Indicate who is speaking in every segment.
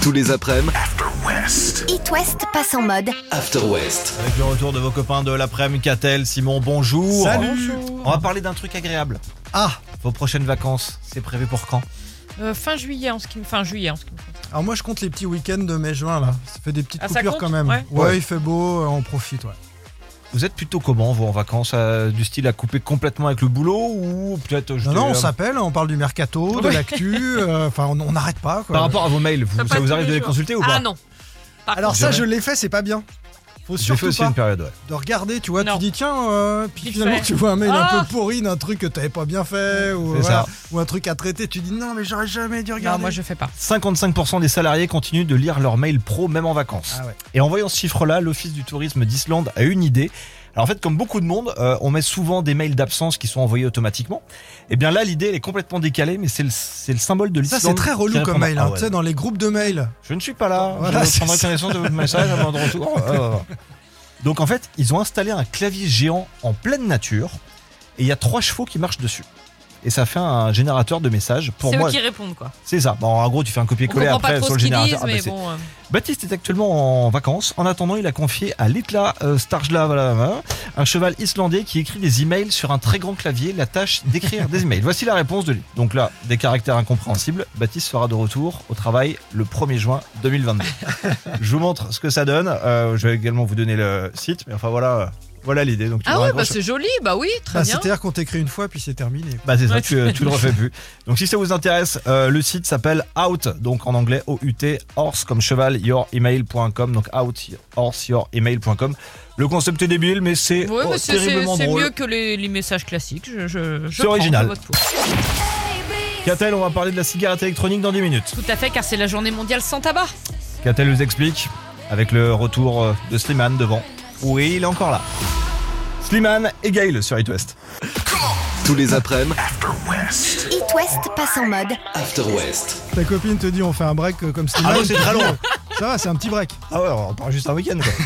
Speaker 1: Tous les après-midi,
Speaker 2: It West passe en mode.
Speaker 1: After West.
Speaker 3: Avec le retour de vos copains de l'après-midi, Catel, Simon, bonjour.
Speaker 4: Salut.
Speaker 5: hein.
Speaker 3: On va parler d'un truc agréable. Ah, vos prochaines vacances, c'est prévu pour quand
Speaker 5: Euh, fin juillet en ce qui me fin juillet en ce qui me concerne.
Speaker 4: Alors moi je compte les petits week-ends de mai-juin là. Ça fait des petites
Speaker 5: Ah, ça
Speaker 4: coupures
Speaker 5: compte
Speaker 4: quand même.
Speaker 5: Ouais.
Speaker 3: Ouais.
Speaker 4: il fait beau, euh, on profite. Ouais.
Speaker 3: Vous êtes plutôt comment, vous, en vacances euh, Du style à couper complètement avec le boulot ou peut-être... je
Speaker 4: Non,
Speaker 3: dis,
Speaker 4: non,
Speaker 3: euh,
Speaker 4: on s'appelle, on parle du mercato, de
Speaker 3: Ouais.
Speaker 4: l'actu. euh, Enfin, on- on n'arrête pas. Quoi.
Speaker 3: Par rapport à vos mails, vous-
Speaker 5: Ça
Speaker 3: ça,
Speaker 5: passe
Speaker 3: vous
Speaker 5: tous
Speaker 3: arrive
Speaker 5: les
Speaker 3: de les
Speaker 5: jours.
Speaker 3: consulter ou pas
Speaker 5: Ah non. Par
Speaker 4: Alors ça,
Speaker 3: Jamais.
Speaker 4: je l'ai fait, c'est pas bien. Faut
Speaker 3: J'ai
Speaker 4: surtout
Speaker 3: fait aussi
Speaker 4: pas
Speaker 3: une période, ouais.
Speaker 4: de regarder, tu vois,
Speaker 5: Non.
Speaker 4: tu dis tiens, euh, puis
Speaker 5: Vite
Speaker 4: finalement
Speaker 5: fait.
Speaker 4: tu vois un mail un
Speaker 5: Ah.
Speaker 4: peu pourri d'un truc que t'avais pas bien fait ou,
Speaker 3: C'est
Speaker 4: voilà,
Speaker 3: ça.
Speaker 4: ou un truc à traiter, tu dis non mais j'aurais jamais dû
Speaker 5: Non,
Speaker 4: regarder.
Speaker 5: moi je fais pas.
Speaker 3: 55% des salariés continuent de lire leurs mails pro même en vacances.
Speaker 4: Ah ouais.
Speaker 3: Et en voyant ce chiffre-là, l'Office du tourisme d'Islande a une idée. Alors en fait, comme beaucoup de monde, euh, on met souvent des mails d'absence qui sont envoyés automatiquement. Et bien là, l'idée, elle est complètement décalée, mais c'est le, c'est le symbole de
Speaker 4: Ça
Speaker 3: l'Islande.
Speaker 4: c'est très
Speaker 3: qui
Speaker 4: relou
Speaker 3: répond-
Speaker 4: comme mail, hein,
Speaker 3: Ah ouais.
Speaker 4: tu sais, dans les groupes de mails.
Speaker 3: Je ne suis pas là,
Speaker 4: Voilà,
Speaker 3: je
Speaker 4: c'est
Speaker 3: prendrai
Speaker 4: ça.
Speaker 3: connaissance de votre message avant de retour. Euh, Donc en fait, ils ont installé un clavier géant en pleine nature, et il y a trois chevaux qui marchent dessus. Et ça fait un générateur de messages. Pour
Speaker 5: C'est
Speaker 3: moi,
Speaker 5: eux qui répondent quoi.
Speaker 3: c'est ça. Bon, en gros, tu fais un
Speaker 5: On
Speaker 3: copier-coller
Speaker 5: comprend
Speaker 3: après
Speaker 5: pas trop
Speaker 3: sur
Speaker 5: ce
Speaker 3: le
Speaker 5: qu'ils
Speaker 3: générateur.
Speaker 5: disent,
Speaker 3: Ah, bah,
Speaker 5: mais
Speaker 3: c'est-
Speaker 5: bon. euh,
Speaker 3: Baptiste est actuellement en vacances. En attendant, il a confié à l'Etla euh, Starjla, voilà, voilà, un cheval islandais qui écrit des emails sur un très grand clavier, la tâche d'écrire des emails. Voici la réponse de lui. Donc là, des caractères incompréhensibles. Baptiste sera de retour au travail le 1er juin 2022. je vous montre ce que ça donne. Euh, je vais également vous donner le site, mais enfin voilà, euh, voilà l'idée. Donc tu
Speaker 5: Ah
Speaker 3: auras un
Speaker 5: ouais,
Speaker 3: gros
Speaker 5: bah
Speaker 3: cheval.
Speaker 5: c'est joli, bah oui, très
Speaker 4: Bah,
Speaker 5: bien.
Speaker 4: C'est-à-dire qu'on t'écrit une fois puis c'est terminé.
Speaker 3: Bah c'est ça,
Speaker 5: Ouais.
Speaker 3: tu, euh, tu le refais plus. Donc si ça vous intéresse, euh, le site s'appelle Out, donc en anglais O-U-T, horse comme cheval, youremail.com, donc out, horse, youremail.com. Le concept est débile, mais c'est
Speaker 5: Ouais,
Speaker 3: oh,
Speaker 5: mais c'est- c'est
Speaker 3: terriblement
Speaker 5: c'est
Speaker 3: drôle.
Speaker 5: mieux que les, les messages classiques. Je, je, je
Speaker 3: C'est
Speaker 5: prends,
Speaker 3: original.
Speaker 5: je vote pour.
Speaker 3: Catel, on va parler de la cigarette électronique dans 10 minutes.
Speaker 5: Tout à fait, car c'est la journée mondiale sans tabac.
Speaker 3: Catel nous explique, avec le retour euh, de Slimane devant. Oui, il est encore là. Slimane et Gail sur It West.
Speaker 1: Tous les après-midi,
Speaker 2: It West passe en mode.
Speaker 1: After West.
Speaker 4: Ta copine te dit on fait un break euh, comme c'était
Speaker 3: Ah
Speaker 4: mal.
Speaker 3: non, c'est très long.
Speaker 4: Ça va, c'est un petit break.
Speaker 3: Ah ouais, on part juste un week-end quoi.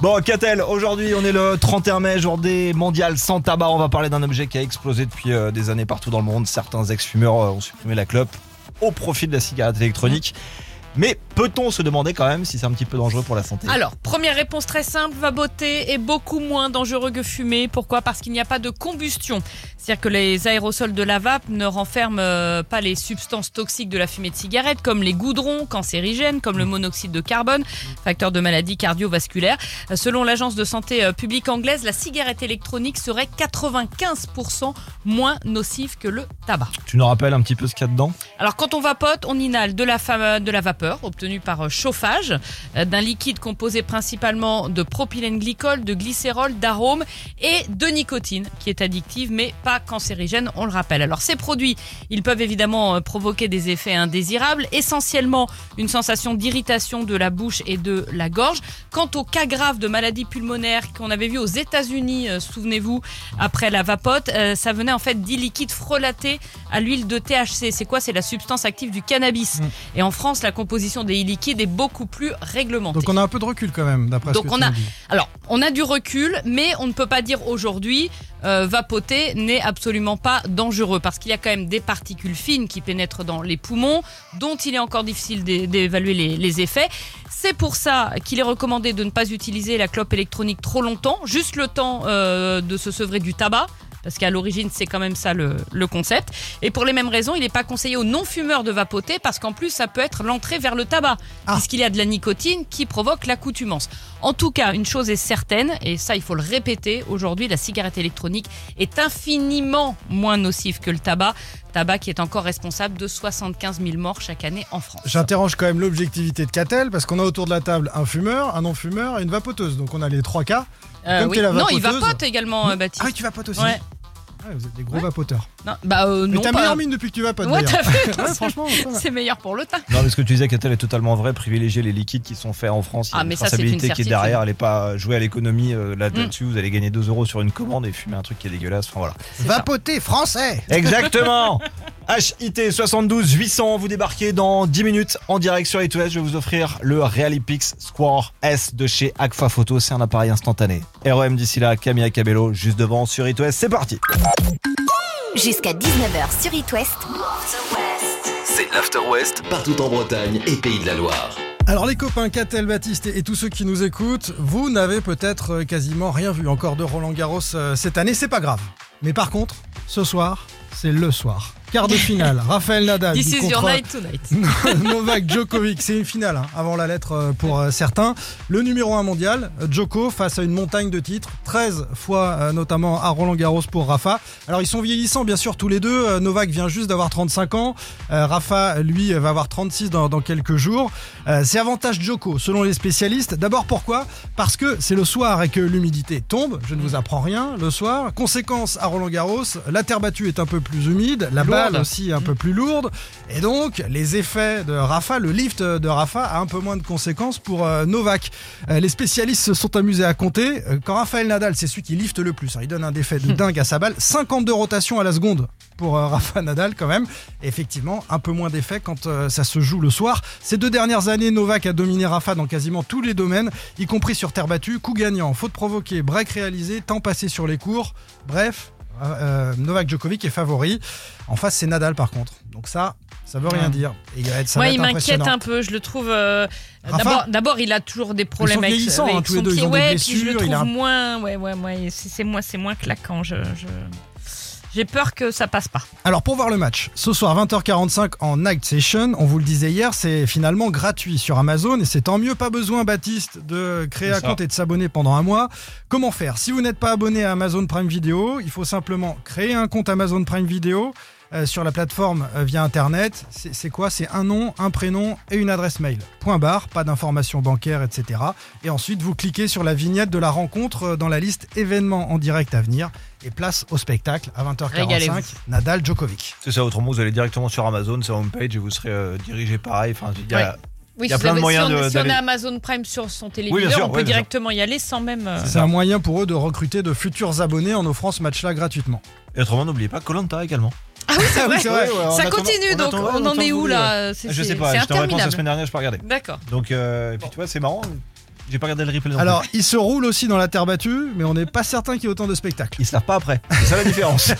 Speaker 3: Bon, Catel, aujourd'hui on est le 31 mai, journée mondiale sans tabac. On va parler d'un objet qui a explosé depuis euh, des années partout dans le monde. Certains ex-fumeurs euh, ont supprimé la clope au profit de la cigarette électronique. Mais peut-on se demander quand même si c'est un petit peu dangereux pour la santé
Speaker 5: Alors, première réponse très simple, va voter est beaucoup moins dangereux que fumer. Pourquoi Parce qu'il n'y a pas de combustion. C'est-à-dire que les aérosols de la vape ne renferment euh, pas les substances toxiques de la fumée de cigarette, comme les goudrons cancérigènes, comme le monoxyde de carbone, facteur de maladies cardiovasculaires. Euh, Selon l'agence de santé euh, publique anglaise, la cigarette électronique serait 95% moins nocive que le tabac.
Speaker 3: Tu nous rappelles un petit peu ce qu'il y a dedans
Speaker 5: Alors quand on vapote, on inhale de la, fame- de la vapeur obtenue par euh, chauffage, euh, d'un liquide composé principalement de propylène glycol, de glycérol, d'arôme et de nicotine, qui est addictive mais pas cancérigène, on le rappelle. Alors ces produits, ils peuvent évidemment euh, provoquer des effets indésirables, essentiellement une sensation d'irritation de la bouche et de la gorge. Quant aux cas graves de maladies pulmonaires qu'on avait vu aux États-Unis, euh, souvenez-vous, après la vapote, euh, ça venait en fait dits liquides frelatés à l'huile de THC. C'est quoi C'est la substance active du cannabis. Et en France, la composition des liquides est beaucoup plus réglementée.
Speaker 4: Donc on a un peu de recul quand même d'après ce
Speaker 5: Donc
Speaker 4: que
Speaker 5: on
Speaker 4: tu
Speaker 5: a-
Speaker 4: me dis.
Speaker 5: Alors, on a du recul, mais on ne peut pas dire aujourd'hui euh, vapoter n'est absolument pas dangereux parce qu'il y a quand même des particules fines qui pénètrent dans les poumons, dont il est encore difficile d'é- d'évaluer les, les effets. C'est pour ça qu'il est recommandé de ne pas utiliser la clope électronique trop longtemps, juste le temps euh, de se sevrer du tabac. Parce qu'à l'origine, c'est quand même ça le, le concept. Et pour les mêmes raisons, il n'est pas conseillé aux non-fumeurs de vapoter parce qu'en plus, ça peut être l'entrée vers le tabac.
Speaker 4: Ah.
Speaker 5: Puisqu'il y a de la nicotine qui provoque l'accoutumance. En tout cas, une chose est certaine, et ça il faut le répéter, aujourd'hui la cigarette électronique est infiniment moins nocive que le tabac, tabac qui est encore responsable de 75 000 morts chaque année en France.
Speaker 4: J'interroge quand même l'objectivité de Catel parce qu'on a autour de la table un fumeur, un non-fumeur et une vapoteuse. Donc on a les trois cas.
Speaker 5: Euh,
Speaker 4: Comme t'es la
Speaker 5: Non, il
Speaker 4: vapoteuse.
Speaker 5: vapote également, euh, Baptiste.
Speaker 4: Ah oui, tu vapotes aussi.
Speaker 5: Ouais.
Speaker 4: Ouais, vous êtes des gros
Speaker 5: Ouais.
Speaker 4: vapoteurs.
Speaker 5: Non, bah euh,
Speaker 4: Mais
Speaker 5: non,
Speaker 4: t'as
Speaker 5: pas-
Speaker 4: meilleure mine depuis que tu vapotes.
Speaker 5: Ouais,
Speaker 4: d'ailleurs.
Speaker 5: t'as fait,
Speaker 4: Ouais, franchement, ça va.
Speaker 5: c'est meilleur pour le teint.
Speaker 3: Non, mais ce que tu disais, Catel, est totalement vrai. Privilégier les liquides qui sont faits en France. Il y a
Speaker 5: Ah,
Speaker 3: une
Speaker 5: mais ça, c'est
Speaker 3: responsabilité
Speaker 5: une
Speaker 3: qui est
Speaker 5: certitude.
Speaker 3: derrière. Elle n'est pas jouée à l'économie euh, là-
Speaker 5: Mm.
Speaker 3: là-dessus. Vous allez gagner 2 euros sur une commande et fumer un truc qui est dégueulasse. Enfin voilà.
Speaker 5: C'est ça.
Speaker 4: Vapoter français.
Speaker 3: Exactement HIT 72 800, vous débarquez dans 10 minutes en direct sur It West. Je vais vous offrir le Realipix Square S de chez Agfa Photo. C'est un appareil instantané. ROM d'ici là, Camilla Cabello, juste devant sur It West. C'est parti
Speaker 2: Jusqu'à 19h sur It West.
Speaker 1: C'est C'est l'After West partout en Bretagne et Pays de la Loire.
Speaker 4: Alors les copains Catel, Baptiste et, et tous ceux qui nous écoutent, vous n'avez peut-être euh, quasiment rien vu encore de Roland Garros euh, cette année, c'est pas grave. Mais par contre, ce soir, c'est le soir. Quart de finale, Raphaël Nadal
Speaker 5: This
Speaker 4: joue
Speaker 5: is your
Speaker 4: contre
Speaker 5: night tonight.
Speaker 4: Novak Djokovic, c'est une finale hein, avant la lettre euh, pour euh, certains. Le numéro 1 mondial, euh, Djoko face à une montagne de titres, 13 fois euh, notamment à Roland Garros pour Rafa. Alors ils sont vieillissants bien sûr tous les deux, Euh, Novak vient juste d'avoir 35 ans, Euh, Rafa lui euh, va avoir 36 dans, dans quelques jours. Euh, c'est avantage Djoko selon les spécialistes. D'abord pourquoi Parce que c'est le soir et que l'humidité tombe, je ne vous apprends rien, le soir. Conséquence à Roland Garros, la terre battue est un peu plus humide, la
Speaker 5: Lourde.
Speaker 4: balle aussi un peu plus lourde. Et donc, les effets de Rafa, le lift de Rafa a un peu moins de conséquences pour euh, Novak. Euh, les spécialistes se sont amusés à compter. Euh, quand Rafael Nadal, c'est celui qui lifte le plus, hein, il donne un effet de dingue à sa balle. 52 rotations à la seconde pour euh, Rafa Nadal quand même. Et effectivement, un peu moins d'effet quand euh, ça se joue le soir. Ces deux dernières années, Novak a dominé Rafa dans quasiment tous les domaines, y compris sur terre battue, coup gagnant, faute provoquée, break réalisé, temps passé sur les cours. Bref, euh, euh, Novak Djokovic est favori. En face, c'est Nadal par contre. Donc ça, ça veut rien
Speaker 5: Ouais.
Speaker 4: dire. Et euh, ça
Speaker 5: Moi,
Speaker 4: va être
Speaker 5: il m'inquiète
Speaker 4: impressionnant.
Speaker 5: un peu. Je le trouve. euh,
Speaker 4: Rafa
Speaker 5: d'abord, d'abord, il a toujours des problèmes avec,
Speaker 4: vieillissants, hein,
Speaker 5: avec
Speaker 4: tous
Speaker 5: son
Speaker 4: les deux, ils
Speaker 5: pied.
Speaker 4: ont des
Speaker 5: ouais, puis je le
Speaker 4: blessures, il
Speaker 5: trouve
Speaker 4: a un-
Speaker 5: moins. Ouais, ouais, ouais. C'est c'est moins, c'est moins claquant. Je, je- J'ai peur que ça passe pas.
Speaker 4: Alors pour voir le match, ce soir 20h45 en Night Session, on vous le disait hier, c'est finalement gratuit sur Amazon et c'est tant mieux, pas besoin Baptiste de créer un compte et de s'abonner pendant un mois. Comment faire Si vous n'êtes pas abonné à Amazon Prime Video, il faut simplement créer un compte Amazon Prime Video euh, sur la plateforme euh, via Internet. C'est c'est quoi C'est un nom, un prénom et une adresse mail. Point barre, pas d'informations bancaires, etc. Et ensuite, vous cliquez sur la vignette de la rencontre euh, dans la liste événements en direct à venir et place au spectacle à 20h45.
Speaker 5: Régalez-vous.
Speaker 4: Nadal Djokovic.
Speaker 3: C'est ça, autrement, vous allez directement sur Amazon, sur la homepage, et vous serez euh, dirigé pareil. Enfin, il y a-
Speaker 5: Oui,
Speaker 3: Il y a plein de moyens
Speaker 5: si on,
Speaker 3: de-
Speaker 5: si on
Speaker 3: d'aller-
Speaker 5: a Amazon Prime sur son téléviseur,
Speaker 3: sûr,
Speaker 5: on peut
Speaker 3: ouais, bien sûr.
Speaker 5: directement y aller sans même.
Speaker 3: Ah,
Speaker 5: euh,
Speaker 4: C'est un moyen pour eux de recruter de futurs abonnés en offrant ce match-là gratuitement.
Speaker 3: Et autrement, n'oubliez pas Colanta également.
Speaker 4: Ah oui,
Speaker 3: vrai. Ouais, ouais, on
Speaker 5: ça
Speaker 3: attend-
Speaker 5: continue,
Speaker 3: on
Speaker 5: donc
Speaker 3: attend- ouais,
Speaker 5: on
Speaker 3: on
Speaker 5: en est
Speaker 3: attend
Speaker 5: où
Speaker 3: vous,
Speaker 4: euh,
Speaker 5: là C'est-
Speaker 3: Je
Speaker 5: c'est-
Speaker 3: sais pas,
Speaker 5: c'est
Speaker 3: j'étais en réponse la
Speaker 5: interminable.
Speaker 3: semaine dernière, j'ai pas regardé.
Speaker 5: D'accord.
Speaker 3: Donc, euh, et puis tu vois, c'est marrant, j'ai pas regardé le replay. non plus.
Speaker 4: Alors, il se roule aussi dans la terre battue, mais on n'est pas certain qu'il y ait autant de spectacles.
Speaker 3: Ils se lavent pas après. C'est ça la différence.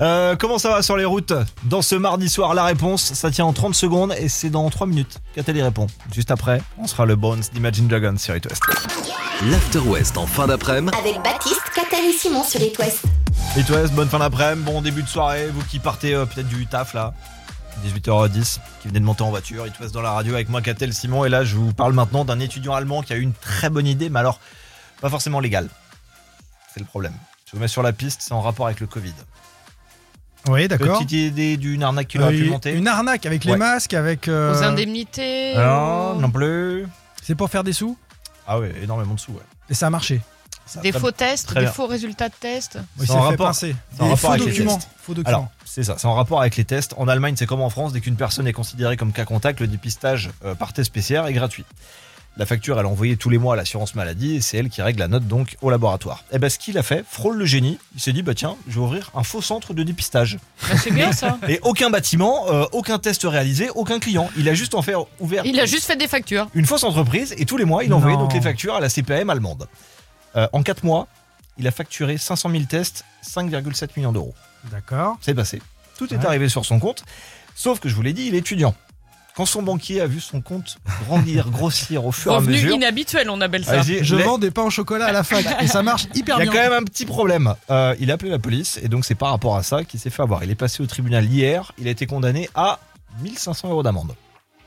Speaker 3: Euh, comment ça va sur les routes Dans ce mardi soir, la réponse, ça tient en 30 secondes et c'est dans 3 minutes qu'Atel y répond. Juste après, on sera le Bones d'Imagine Dragons sur It West.
Speaker 1: L'After West en fin d'après-midi.
Speaker 2: Avec Baptiste, Catel et Simon sur It West.
Speaker 3: It West, bonne fin d'après-midi, bon début de soirée. Vous qui partez euh, peut-être du taf là, 18h10, qui venez de monter en voiture. It West dans la radio avec moi, Catel, Simon. Et là, je vous parle maintenant d'un étudiant allemand qui a eu une très bonne idée, mais alors pas forcément légale. C'est le problème. Je vous mets sur la piste, c'est en rapport avec le Covid.
Speaker 4: Oui, d'accord.
Speaker 3: Petite idée d'une arnaque qu'il aurait
Speaker 4: Euh,
Speaker 3: pu
Speaker 4: une-
Speaker 3: monter.
Speaker 4: Une arnaque avec les
Speaker 3: Ouais.
Speaker 4: masques, avec. euh,
Speaker 5: Aux indemnités.
Speaker 3: Non,
Speaker 5: aux-
Speaker 3: non plus.
Speaker 4: C'est pour faire des sous
Speaker 3: Ah ouais, énormément de sous, ouais.
Speaker 4: Et ça a marché.
Speaker 3: Ça,
Speaker 5: Des
Speaker 3: ça-
Speaker 5: faux tests,
Speaker 3: très
Speaker 5: des
Speaker 3: bien.
Speaker 5: faux résultats de tests.
Speaker 4: Il
Speaker 3: C'est
Speaker 4: s'est
Speaker 3: en
Speaker 4: fait
Speaker 3: rapport-
Speaker 4: pincer.
Speaker 3: c'est en
Speaker 4: Des
Speaker 3: rapport
Speaker 4: faux
Speaker 3: avec les
Speaker 4: documents.
Speaker 3: tests.
Speaker 4: Faux documents.
Speaker 3: Alors, c'est ça, c'est en rapport avec les tests. En Allemagne, c'est comme en France, dès qu'une personne est considérée comme cas contact, le dépistage euh, par test PCR est gratuit. La facture, elle est envoyée tous les mois à l'assurance maladie et c'est elle qui règle la note donc au laboratoire. Et ben, ce qu'il a fait, frôle le génie, il s'est dit, bah tiens, je vais ouvrir un faux centre de dépistage.
Speaker 5: Bah, c'est bien ça.
Speaker 3: Et aucun bâtiment, euh, aucun test réalisé, aucun client. Il a juste en fait ouvert.
Speaker 5: Il a juste fait des factures.
Speaker 3: une fausse entreprise et tous les mois il envoyait
Speaker 4: Non.
Speaker 3: donc les factures à la CPM allemande. Euh, en 4 mois, il a facturé 500 000 tests, 5,7 millions d'euros.
Speaker 4: D'accord.
Speaker 3: C'est passé. Tout est
Speaker 4: Ouais.
Speaker 3: arrivé sur son compte, sauf que je vous l'ai dit, il est étudiant. Quand son banquier a vu son compte grandir, grossir au fur et à
Speaker 5: Revenu
Speaker 3: mesure,
Speaker 5: inhabituel, on appelle ça.
Speaker 3: il a dit,
Speaker 4: Je
Speaker 3: "Là,
Speaker 4: vends des pains au chocolat à la fac
Speaker 5: Bah,
Speaker 4: et ça marche hyper
Speaker 3: il y a
Speaker 4: bien.
Speaker 3: quand même un petit problème. Euh, il a appelé la police et donc c'est par rapport à ça qu'il s'est fait avoir. Il est passé au tribunal hier, il a été condamné à 1500 euros d'amende.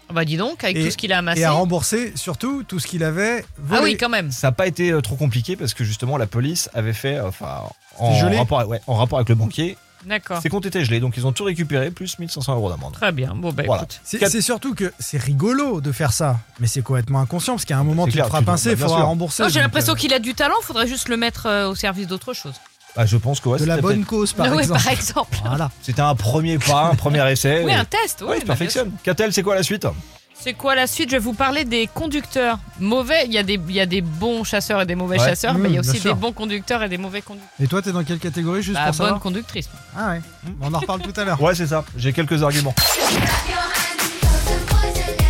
Speaker 5: Ah Bah dis donc, avec
Speaker 4: Et-
Speaker 5: tout ce qu'il a
Speaker 4: Et
Speaker 5: amassé.
Speaker 4: à rembourser surtout tout ce qu'il avait volé.
Speaker 5: Ah oui, quand même.
Speaker 3: Ça n'a pas été euh, trop compliqué parce que justement la police avait fait, euh, enfin, en
Speaker 4: gelé
Speaker 3: rapport, ouais, en rapport avec le banquier,
Speaker 5: D'accord.
Speaker 3: Ces comptes étaient gelés, donc ils ont tout récupéré, plus 1500 euros d'amende.
Speaker 5: Très bien. Bon, bah
Speaker 3: Voilà.
Speaker 5: écoute.
Speaker 4: C'est
Speaker 3: Quatre-
Speaker 4: c'est surtout que c'est rigolo de faire ça, mais c'est complètement inconscient parce qu'à un moment
Speaker 3: C'est
Speaker 4: tu
Speaker 3: clair,
Speaker 4: te feras
Speaker 3: tu-
Speaker 4: pincer,
Speaker 3: bah,
Speaker 4: il
Speaker 3: bien
Speaker 4: faudra
Speaker 3: sûr.
Speaker 4: rembourser.
Speaker 5: Non, Ah, j'ai
Speaker 4: donc,
Speaker 5: l'impression
Speaker 4: euh,
Speaker 5: qu'il a du talent, faudrait juste le mettre euh, au service d'autre chose.
Speaker 3: Ah, je pense que ouais,
Speaker 4: de la
Speaker 3: c'était
Speaker 4: bonne
Speaker 3: peut-être-
Speaker 4: cause par
Speaker 5: Ah ouais,
Speaker 4: exemple.
Speaker 5: par exemple.
Speaker 4: Voilà.
Speaker 3: C'était un premier pas, un premier essai.
Speaker 5: Oui,
Speaker 3: Euh,
Speaker 5: un test.
Speaker 3: ouais,
Speaker 5: Oui, bah,
Speaker 3: il se perfectionne. Catel, c'est quoi la suite
Speaker 5: C'est quoi la suite Je vais vous parler des conducteurs. Mauvais, il y, a des- il y a des bons chasseurs et des mauvais
Speaker 3: Ouais.
Speaker 5: chasseurs, mais il y
Speaker 4: Mmh,
Speaker 5: a
Speaker 4: bien
Speaker 5: aussi des
Speaker 4: sûr.
Speaker 5: bons conducteurs et des mauvais conducteurs.
Speaker 4: Et toi t'es dans quelle catégorie juste pour
Speaker 5: La Bah, bonne
Speaker 4: savoir
Speaker 5: conductrice.
Speaker 4: Ah ouais.
Speaker 3: Hmm.
Speaker 4: On en reparle tout à l'heure.
Speaker 3: Ouais, c'est ça. J'ai quelques arguments.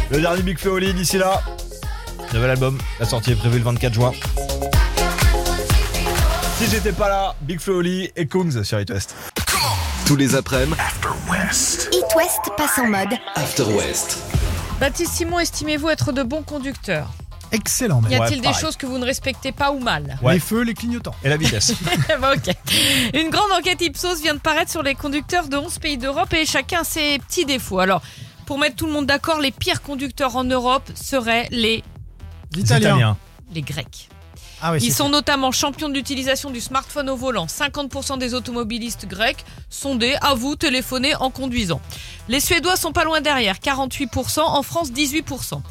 Speaker 3: Le dernier Big Feoli d'ici là. Nouvel album. La sortie est prévue le 24 juin. Si j'étais pas là, Big Feoli et Kungs sur It West.
Speaker 1: Tous les après-midi.
Speaker 2: It It West passe en mode.
Speaker 1: After West.
Speaker 5: Baptiste Simon, estimez-vous être de bons conducteurs
Speaker 4: Excellent,
Speaker 5: Y
Speaker 4: mais
Speaker 5: a-t-il
Speaker 3: Ouais,
Speaker 5: des
Speaker 3: pareil.
Speaker 5: choses que vous ne respectez pas ou mal
Speaker 3: Ouais.
Speaker 4: Les feux, les clignotants.
Speaker 3: Et la vitesse.
Speaker 5: Bah, ok. Une grande enquête Ipsos vient de paraître sur les conducteurs de 11 pays d'Europe et chacun ses petits défauts. Alors, pour mettre tout le monde d'accord, les pires conducteurs en Europe seraient les,
Speaker 4: L'Italien.
Speaker 5: les Grecs.
Speaker 4: Ah oui,
Speaker 5: Ils
Speaker 4: c'est-
Speaker 5: sont notamment champions de l'utilisation du smartphone au volant. 50% des automobilistes grecs sondés avouent téléphoner en conduisant. Les Suédois sont pas loin derrière, 48%, en France 18%.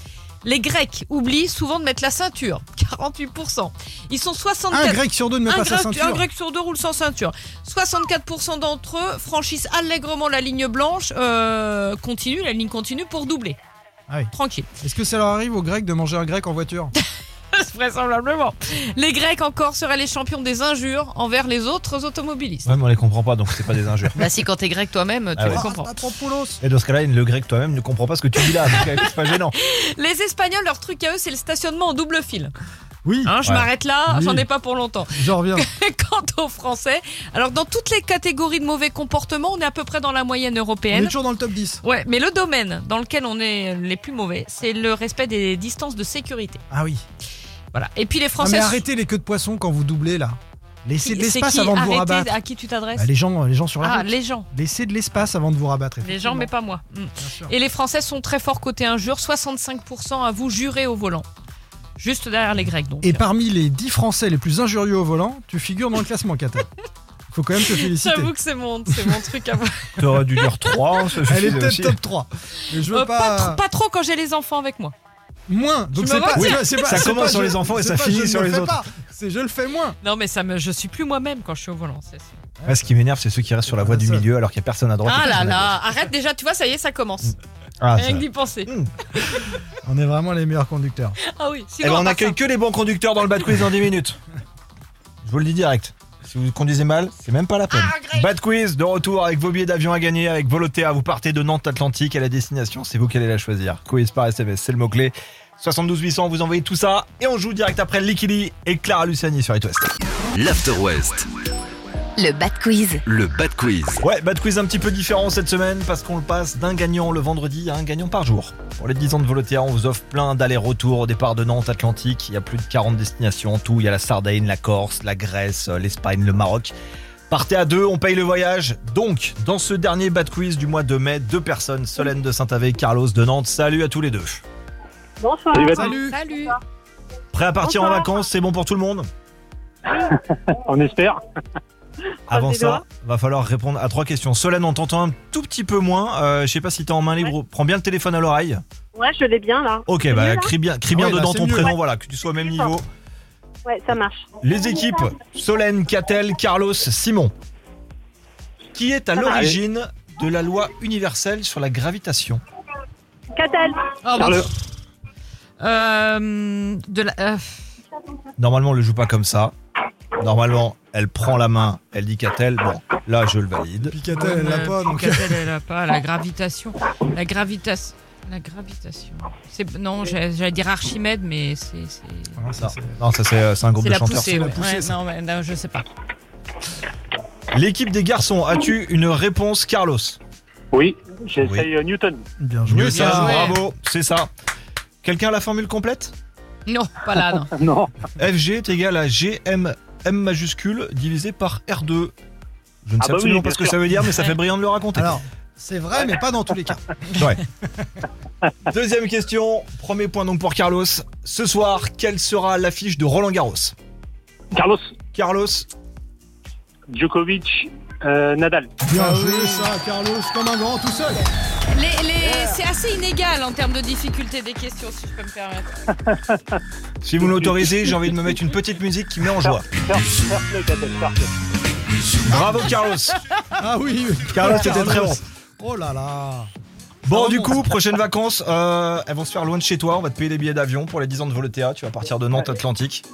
Speaker 5: Les Grecs oublient souvent de mettre la ceinture, 48%. Ils sont 74%.
Speaker 4: Un grec sur deux ne met
Speaker 5: Un
Speaker 4: pas sa
Speaker 5: grec, un
Speaker 4: ceinture.
Speaker 5: grec sur deux roule sans ceinture. 64% d'entre eux franchissent allègrement la ligne blanche, euh, continue, la ligne continue pour doubler.
Speaker 4: Ah oui.
Speaker 5: Tranquille.
Speaker 4: Est-ce que ça leur arrive aux Grecs de manger un grec en voiture
Speaker 5: Vraisemblablement. Les Grecs encore seraient les champions des injures envers les autres automobilistes.
Speaker 3: Ouais, mais on les comprend pas, donc c'est pas des injures.
Speaker 5: Bah si quand t'es grec toi-même, tu
Speaker 3: Ah
Speaker 5: le
Speaker 3: ouais.
Speaker 5: comprends.
Speaker 4: Papapoulos.
Speaker 3: Et dans ce cas-là, le grec toi-même ne comprend pas ce que tu dis là. donc, euh, C'est pas gênant.
Speaker 5: Les Espagnols, leur truc à eux, c'est le stationnement en double fil.
Speaker 4: Oui,
Speaker 5: Hein, je
Speaker 3: Ouais.
Speaker 5: m'arrête là,
Speaker 4: Oui.
Speaker 5: j'en ai pas pour longtemps.
Speaker 4: je reviens.
Speaker 5: Quant aux Français, alors dans toutes les catégories de mauvais comportements, on est à peu près dans la moyenne
Speaker 4: On est
Speaker 5: européenne.
Speaker 4: toujours dans le top 10.
Speaker 5: Ouais, mais le domaine dans lequel on est les plus mauvais, c'est le respect des distances de sécurité.
Speaker 4: Ah oui.
Speaker 5: Voilà. Et puis les
Speaker 4: Ah,
Speaker 5: Français.
Speaker 4: mais arrêtez les queues de poisson quand vous doublez là. Laissez
Speaker 5: c'est
Speaker 4: de
Speaker 5: qui
Speaker 4: l'espace avant de vous
Speaker 5: Arrêtez
Speaker 4: rabattre.
Speaker 5: À qui tu t'adresses
Speaker 4: Bah, les, gens, les gens sur la
Speaker 5: Ah,
Speaker 4: route.
Speaker 5: les gens.
Speaker 4: Laissez de l'espace avant de vous rabattre.
Speaker 5: Les gens, mais
Speaker 4: effectivement.
Speaker 5: pas moi. Mm.
Speaker 4: Bien sûr.
Speaker 5: Et les Français sont très forts côté injure. 65% à vous jurer au volant. Juste derrière les Grecs, donc.
Speaker 4: Et parmi les 10 Français les plus injurieux au volant, tu figures dans le classement, Kata. Faut quand même te féliciter.
Speaker 5: J'avoue que c'est mon, c'est mon truc à moi.
Speaker 3: T'aurais dû dire 3. Ça
Speaker 4: Elle est
Speaker 3: suffisait
Speaker 4: peut-être
Speaker 3: aussi.
Speaker 4: top 3. Mais je veux
Speaker 5: Euh,
Speaker 4: pas...
Speaker 5: pas... trop, pas trop quand j'ai les enfants avec moi.
Speaker 4: Moins. Donc
Speaker 5: me
Speaker 4: c'est pas,
Speaker 5: retiens.
Speaker 4: c'est pas- c'est pas-
Speaker 3: Ça
Speaker 4: c'est
Speaker 3: commence
Speaker 4: pas
Speaker 3: sur
Speaker 4: je-
Speaker 3: les enfants et
Speaker 4: c'est
Speaker 3: ça
Speaker 4: pas
Speaker 3: finit
Speaker 4: je ne
Speaker 3: sur
Speaker 4: le
Speaker 3: les
Speaker 4: fais
Speaker 3: autres.
Speaker 4: pas, C'est je le fais moins.
Speaker 5: Non, mais ça me, je suis plus moi-même quand je suis au volant. c'est-
Speaker 3: Ouais, ce qui m'énerve, c'est ceux qui restent sur la voie du milieu alors qu'il n'y a personne à droite.
Speaker 5: Ah
Speaker 3: et
Speaker 5: là
Speaker 3: personne à
Speaker 5: là, arrête déjà, tu vois, ça y est, ça commence.
Speaker 3: gauche. Ah, c'est
Speaker 5: Rien que
Speaker 3: vrai.
Speaker 5: d'y penser.
Speaker 4: Mm. On est vraiment les meilleurs conducteurs.
Speaker 5: Ah oui,
Speaker 3: Eh
Speaker 5: sinon.
Speaker 3: ben,
Speaker 5: à
Speaker 3: on
Speaker 5: part ça-
Speaker 3: accueille que les bons conducteurs dans le bad quiz dans 10 minutes. Je vous le dis direct. Si vous conduisez mal, c'est même pas la
Speaker 5: Ah,
Speaker 3: peine. bad quiz de retour avec vos billets d'avion à gagner avec Volotea. Vous partez de Nantes Atlantique à la destination, c'est vous qui allez la choisir. Quiz par SMS, c'est le mot clé. 72 800, vous envoyez tout ça et on joue direct après Likili et Clara Luciani sur It West.
Speaker 1: L'After West.
Speaker 2: Le Bad Quiz.
Speaker 1: Le Bad Quiz.
Speaker 3: Ouais, bad quiz un petit peu différent cette semaine parce qu'on le passe d'un gagnant le vendredi à un gagnant par jour. Pour les 10 ans de Volotea, on vous offre plein d'allers-retours au départ de Nantes Atlantique. Il y a plus de 40 destinations en tout. Il y a la Sardaigne, la Corse, la Grèce, euh, l'Espagne, le Maroc. Partez à deux, on paye le voyage. Donc, dans ce dernier bad quiz du mois de mai, deux personnes, Solène de Saint-Avé, Carlos de Nantes. Salut à tous les deux.
Speaker 6: Bonsoir.
Speaker 4: Salut.
Speaker 5: Salut.
Speaker 3: Prêt à partir en
Speaker 6: Bonsoir.
Speaker 3: vacances, c'est bon pour tout le monde
Speaker 6: On espère.
Speaker 3: Avant
Speaker 6: les
Speaker 3: ça,
Speaker 6: doigts.
Speaker 3: va falloir répondre à trois questions. Solène, on t'entend un tout petit peu moins. Euh, Je sais pas si t'es en main libre. ou- Prends bien le téléphone à l'oreille.
Speaker 6: Ouais, je l'ai bien là.
Speaker 3: Ok,
Speaker 6: C'est mieux,
Speaker 3: bah
Speaker 6: là
Speaker 3: crie bien, crie bien
Speaker 4: Ah ouais, là,
Speaker 3: dedans
Speaker 4: c'est
Speaker 3: ton
Speaker 4: mieux.
Speaker 3: prénom, voilà, que tu sois au même niveau.
Speaker 6: Ouais, ça marche.
Speaker 3: Les équipes, Solène, Catel, Carlos, Simon. Qui est à
Speaker 6: Ça va,
Speaker 3: l'origine de la loi universelle sur la gravitation
Speaker 6: Catel.
Speaker 5: Oh, bah,
Speaker 6: Carlo.
Speaker 5: Euh, de la, euh,
Speaker 3: Normalement, on le joue pas comme ça. Normalement, elle prend la main, elle dit Catel. Bon, là, je le valide.
Speaker 4: Picatel, elle l'a
Speaker 5: euh,
Speaker 4: pas, donc
Speaker 5: Picatel, elle a pas. La gravitation. La gravitation. La gravitation. C'est- Non, j'allais j'allais dire Archimède, mais c'est. c'est-
Speaker 4: Non, ça, c'est-
Speaker 3: Non, ça, c'est euh, c'est un groupe
Speaker 5: C'est
Speaker 3: de
Speaker 5: la
Speaker 3: chanteurs.
Speaker 5: poussée.
Speaker 4: la
Speaker 5: ouais.
Speaker 4: poussée,
Speaker 5: Ouais,
Speaker 4: ça.
Speaker 5: non, mais, non, je sais pas.
Speaker 3: L'équipe des garçons, as-tu une réponse, Carlos
Speaker 6: Oui, j'essaye euh, Newton.
Speaker 4: Bien joué.
Speaker 3: Mieux ça,
Speaker 5: joué.
Speaker 3: bravo, c'est ça. Quelqu'un a la formule complète
Speaker 5: Non, pas là, non.
Speaker 6: Non.
Speaker 3: FG est égal à GM M majuscule divisé par R2. Je ne
Speaker 6: Ah
Speaker 3: sais
Speaker 6: bah
Speaker 3: absolument
Speaker 6: oui,
Speaker 3: pas
Speaker 6: bien
Speaker 3: ce que
Speaker 6: sûr.
Speaker 3: ça veut dire, mais ça
Speaker 5: Ouais.
Speaker 3: fait brillant de le raconter.
Speaker 4: Alors, c'est vrai, mais pas dans tous les cas.
Speaker 3: Deuxième question, premier point donc pour Carlos. Ce soir, quelle sera l'affiche de Roland Garros
Speaker 6: Carlos
Speaker 3: Carlos,
Speaker 6: Djokovic, euh, Nadal.
Speaker 4: Bien joué, Ah ça, Carlos, comme un grand tout seul.
Speaker 5: Les, les- C'est assez inégal en termes de difficulté des questions, si je peux me permettre.
Speaker 3: si vous me l'autorisez, j'ai envie de me mettre une petite musique qui me met en joie.
Speaker 6: Fair- fair play, Catel, fair play.
Speaker 3: Bravo Carlos
Speaker 4: Ah oui,
Speaker 3: Carlos, c'était très bon.
Speaker 4: Oh là là.
Speaker 3: Bon,
Speaker 4: remonte.
Speaker 3: du coup, prochaines vacances, euh, elles vont se faire loin de chez toi. On va te payer des billets d'avion pour les 10 ans de Volotea. Tu vas partir de Nantes Atlantique.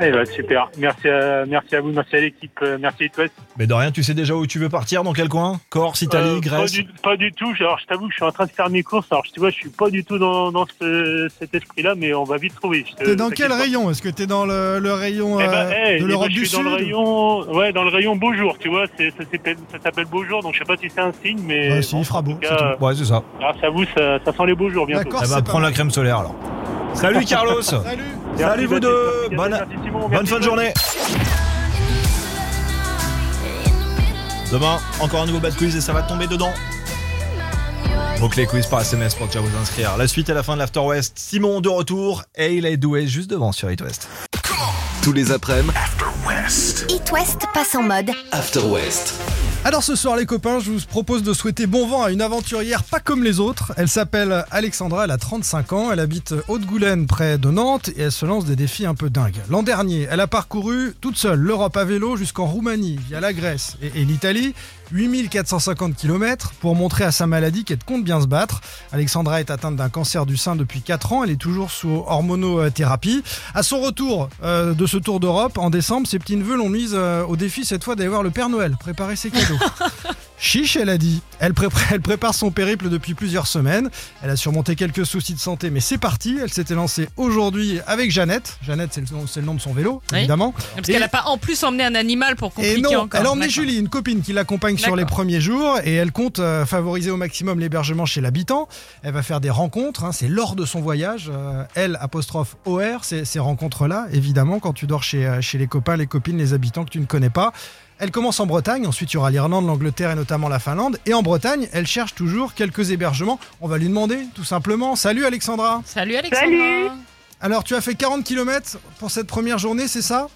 Speaker 6: Eh ben, super. Merci à, merci à vous, merci à l'équipe, euh, merci à Itouest.
Speaker 3: Mais de rien, tu sais déjà où tu veux partir, dans quel coin Corse, Italie,
Speaker 6: Euh, pas,
Speaker 3: Grèce
Speaker 6: du, pas du tout. Alors, je t'avoue que je suis en train de faire mes courses. Alors, tu vois, je suis pas du tout dans, dans ce- cet esprit-là, mais on va vite trouver. Je te-
Speaker 4: T'es dans
Speaker 6: Euh,
Speaker 4: quel
Speaker 6: t'inquiète pas.
Speaker 4: rayon Est-ce que t'es dans le, le rayon
Speaker 6: Eh ben,
Speaker 4: euh,
Speaker 6: eh, eh
Speaker 4: de
Speaker 6: ben,
Speaker 4: l'Europe
Speaker 6: je
Speaker 4: du
Speaker 6: suis
Speaker 4: Sud
Speaker 6: dans le rayon, ouais, dans le rayon beau jour, tu vois, c'est, ça, s'appelle, ça s'appelle beau jour, donc je sais pas si c'est un signe, mais
Speaker 4: Ouais, Ah, si, il fera
Speaker 6: en
Speaker 4: beau,
Speaker 6: tout
Speaker 4: c'est
Speaker 6: cas,
Speaker 3: Ouais, c'est ça.
Speaker 6: grâce à vous, ça, ça sent les beaux jours bientôt.
Speaker 4: D'accord.
Speaker 3: Elle
Speaker 4: c'est
Speaker 3: va
Speaker 4: pas
Speaker 3: prendre
Speaker 4: mal.
Speaker 3: Eh ben, la crème solaire alors. Salut Carlos
Speaker 4: Salut
Speaker 6: Merci,
Speaker 3: Salut vous
Speaker 6: Baptiste,
Speaker 3: deux
Speaker 6: merci,
Speaker 3: Bonne,
Speaker 6: merci, Simon,
Speaker 3: bonne
Speaker 6: merci,
Speaker 3: fin de
Speaker 6: Paul.
Speaker 3: journée Demain, encore un nouveau bad quiz et ça va tomber dedans. Donc les quiz par SMS pour déjà vous inscrire. La suite à la fin de l'After West. Simon de retour et il est doué juste devant sur It West.
Speaker 1: Tous les après-midi,
Speaker 2: It West passe en mode.
Speaker 1: After West.
Speaker 4: Alors ce soir les copains, je vous propose de souhaiter bon vent à une aventurière pas comme les autres. Elle s'appelle Alexandra, elle a 35 ans, elle habite Haute-Goulaine près de Nantes et elle se lance des défis un peu dingues. L'an dernier, elle a parcouru toute seule l'Europe à vélo jusqu'en Roumanie, via la Grèce et, et l'Italie, 8450 km pour montrer à sa maladie qu'elle compte bien se battre. Alexandra est atteinte d'un cancer du sein depuis 4 ans, elle est toujours sous hormonothérapie. À son retour euh, de ce tour d'Europe en décembre, ses petits neveux l'ont mise euh, au défi cette fois d'aller voir le Père Noël, préparer ses cadeaux. Chiche, elle a dit. Elle, prépare- elle prépare son périple depuis plusieurs semaines. Elle a surmonté quelques soucis de santé, mais c'est parti. Elle s'était lancée aujourd'hui avec Jeannette. Jeannette, c'est le, nom- c'est le nom de son vélo,
Speaker 5: Oui.
Speaker 4: évidemment.
Speaker 5: Parce
Speaker 4: Et-
Speaker 5: qu'elle n'a pas en plus emmené un animal pour compliquer
Speaker 4: Et non,
Speaker 5: encore.
Speaker 4: elle a emmené
Speaker 5: D'accord.
Speaker 4: Julie, une copine qui l'accompagne sur les
Speaker 5: D'accord.
Speaker 4: premiers jours et elle compte euh, favoriser au maximum l'hébergement chez l'habitant. Elle va faire des rencontres, hein, c'est lors de son voyage. euh, elle, apostrophe OR, ces, ces rencontres-là, évidemment, quand tu dors chez, euh, chez les copains, les copines, les habitants que tu ne connais pas. Elle commence en Bretagne, ensuite il y aura l'Irlande, l'Angleterre et notamment la Finlande. Et en Bretagne, elle cherche toujours quelques hébergements. On va lui demander tout simplement. Salut Alexandra
Speaker 5: Salut Alexandra.
Speaker 7: Salut.
Speaker 4: Alors tu as fait 40 km pour cette première journée, c'est ça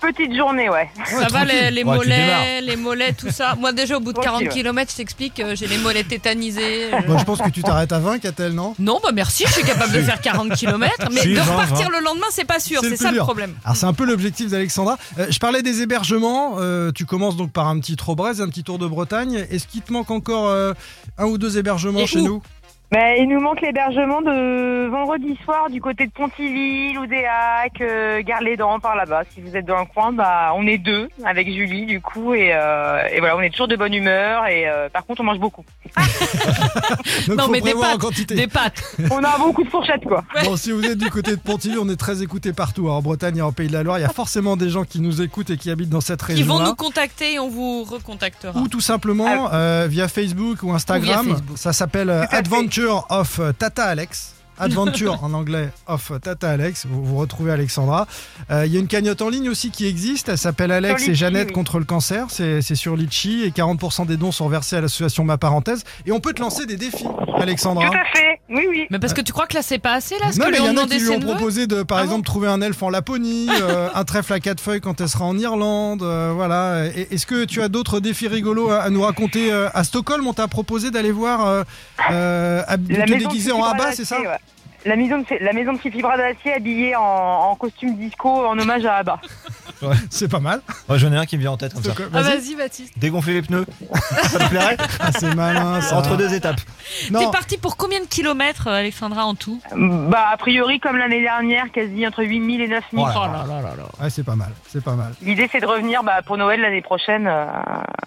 Speaker 7: Petite journée, ouais.
Speaker 5: Ça
Speaker 4: Ouais,
Speaker 5: va
Speaker 4: tranquille.
Speaker 5: les, les
Speaker 3: Ouais, tu
Speaker 5: mollets,
Speaker 3: démarres.
Speaker 5: les mollets, tout ça. Moi déjà au bout de
Speaker 7: Tranquille,
Speaker 5: 40
Speaker 7: ouais.
Speaker 5: km, je t'explique, euh, j'ai les mollets tétanisés. je-
Speaker 4: Bon, je pense que tu t'arrêtes à 20, Catel, non
Speaker 5: Non, bah merci, je suis capable de faire 40 km, mais
Speaker 3: Si,
Speaker 5: de
Speaker 3: vingt,
Speaker 5: repartir le lendemain, c'est pas sûr,
Speaker 4: hein. C'est le
Speaker 5: c'est
Speaker 4: plus
Speaker 5: ça le
Speaker 4: dur.
Speaker 5: problème.
Speaker 4: Alors c'est un peu l'objectif d'Alexandra. Euh, je parlais des hébergements. Euh, tu commences donc par un petit Trobrez, un petit tour de Bretagne. Est-ce qu'il te manque encore euh, un ou deux hébergements
Speaker 5: Et
Speaker 4: chez
Speaker 5: où
Speaker 4: nous
Speaker 7: Mais il nous manque l'hébergement de vendredi soir du côté de Pontiville, Oudéac, euh, Gare-les-Dents, par là-bas. Si vous êtes dans le coin, bah, on est deux avec Julie, du coup, et, euh, et voilà, on est toujours de bonne humeur, et euh, par contre, on mange beaucoup.
Speaker 4: Donc
Speaker 5: Non,
Speaker 4: faut
Speaker 5: mais des
Speaker 4: prévoir en
Speaker 5: pâtes,
Speaker 4: quantité.
Speaker 5: Des pâtes.
Speaker 7: On a beaucoup de fourchettes, quoi.
Speaker 4: Bon, si vous êtes du côté de Pontivy, on est très écouté partout. hein, en Bretagne et en Pays de la Loire, il y a forcément des gens qui nous écoutent et qui habitent dans cette
Speaker 5: Ils vont nous
Speaker 4: région-là.
Speaker 5: contacter et on vous recontactera.
Speaker 4: Ou tout simplement euh, via Facebook ou Instagram.
Speaker 5: Facebook.
Speaker 4: Ça s'appelle euh,
Speaker 7: fait.
Speaker 4: Adventure of euh, Tata Alex. Adventure en anglais of Tata Alex. Vous, vous retrouvez Alexandra. Euh, Il y a une cagnotte en ligne aussi qui existe. Elle s'appelle Alex
Speaker 7: Litchi,
Speaker 4: et Jeannette
Speaker 7: oui.
Speaker 4: contre le cancer. C'est c'est sur Litchi et 40% des dons sont versés à l'association Ma Parenthèse. Et on peut te lancer des défis, Alexandra.
Speaker 7: Tout à fait, oui, oui.
Speaker 5: Mais parce que tu crois que là, c'est pas assez, là, ce
Speaker 4: Non,
Speaker 5: que
Speaker 4: mais
Speaker 5: lui
Speaker 4: il y en
Speaker 5: ont
Speaker 4: a
Speaker 5: demandé
Speaker 4: qui lui
Speaker 5: ses
Speaker 4: ont
Speaker 5: neveux
Speaker 4: proposé de, par
Speaker 5: Ah
Speaker 4: exemple, trouver un elfe en Laponie, euh, un trèfle à quatre feuilles quand elle sera en Irlande, euh, voilà. Et- Est-ce que tu as d'autres défis rigolos à, à nous raconter euh, À Stockholm, on t'a proposé d'aller voir euh, euh, hab- de te
Speaker 7: maison de
Speaker 4: déguiser en
Speaker 7: Fifi
Speaker 4: Abba,
Speaker 7: Bradassi,
Speaker 4: c'est ça
Speaker 7: ouais. La maison de, la maison de Fifi Bradassi habillée en, en costume disco en hommage à Abba.
Speaker 4: C'est pas mal.
Speaker 3: Ouais, J'en ai un qui me vient en tête comme ça.
Speaker 4: Stockholm,
Speaker 5: Ah,
Speaker 4: vas-y.
Speaker 5: vas-y, Baptiste.
Speaker 3: Dégonfler les pneus, ça te plairait
Speaker 4: Ah, c'est malin. Ça.
Speaker 3: Entre deux étapes.
Speaker 5: T'es
Speaker 4: Non,
Speaker 5: parti pour combien de kilomètres, euh, Alexandra, en tout
Speaker 7: Bah, a priori, comme l'année dernière, quasi entre 8000 et 9000.
Speaker 5: Oh là là là là.
Speaker 4: ouais, c'est pas mal. C'est pas mal.
Speaker 7: L'idée c'est de revenir bah, pour Noël l'année prochaine. euh,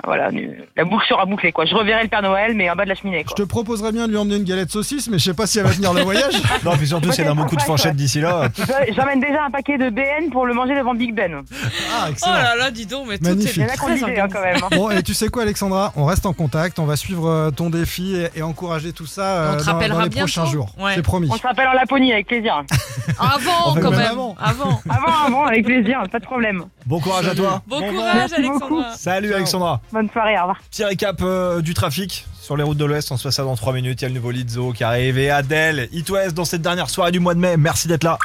Speaker 7: voilà, nu- la boucle sera bouclée quoi. Je reverrai le Père Noël mais en bas de la cheminée
Speaker 4: Je
Speaker 7: quoi.
Speaker 4: te proposerais bien de lui emmener une galette saucisse, mais je sais pas si elle va tenir le voyage.
Speaker 3: Non, puis surtout, c'est d'un bon coup de fourchette d'ici là.
Speaker 7: Je- J'emmène déjà un paquet de BN pour le manger devant Big Ben.
Speaker 4: Ah,
Speaker 5: Oh
Speaker 4: excellent.
Speaker 5: là là, dis donc, mais tout
Speaker 4: Magnifique.
Speaker 7: Il
Speaker 5: est
Speaker 7: y en a qui ont
Speaker 5: très
Speaker 7: l'idée hein,
Speaker 5: organisé.
Speaker 7: quand même. hein.
Speaker 4: Bon, et tu sais quoi, Alexandra On reste en contact, on va suivre euh, ton défi et, et encourager tout ça euh,
Speaker 5: On te
Speaker 4: dans- dans,
Speaker 5: rappellera
Speaker 4: les
Speaker 5: bientôt.
Speaker 4: prochains jours.
Speaker 5: Ouais.
Speaker 4: C'est promis.
Speaker 7: On se rappelle en Laponie avec plaisir.
Speaker 5: Avant,
Speaker 4: Enfin,
Speaker 5: quand
Speaker 4: même
Speaker 5: même.
Speaker 4: avant.
Speaker 5: Avant.
Speaker 7: Avant, avant, avec plaisir, pas de problème.
Speaker 3: Bon courage à toi.
Speaker 5: Bon
Speaker 4: Bon,
Speaker 5: courage,
Speaker 7: merci beaucoup.
Speaker 5: Alexandra.
Speaker 3: Salut
Speaker 4: Ciao.
Speaker 3: Alexandra.
Speaker 7: Bonne soirée, au revoir.
Speaker 3: Petit récap euh, du trafic sur les routes de l'Ouest. On se fait ça dans 3 minutes. Il y a le nouveau Lizzo qui arrive et Adèle. It West dans cette dernière soirée du mois de mai. Merci d'être là.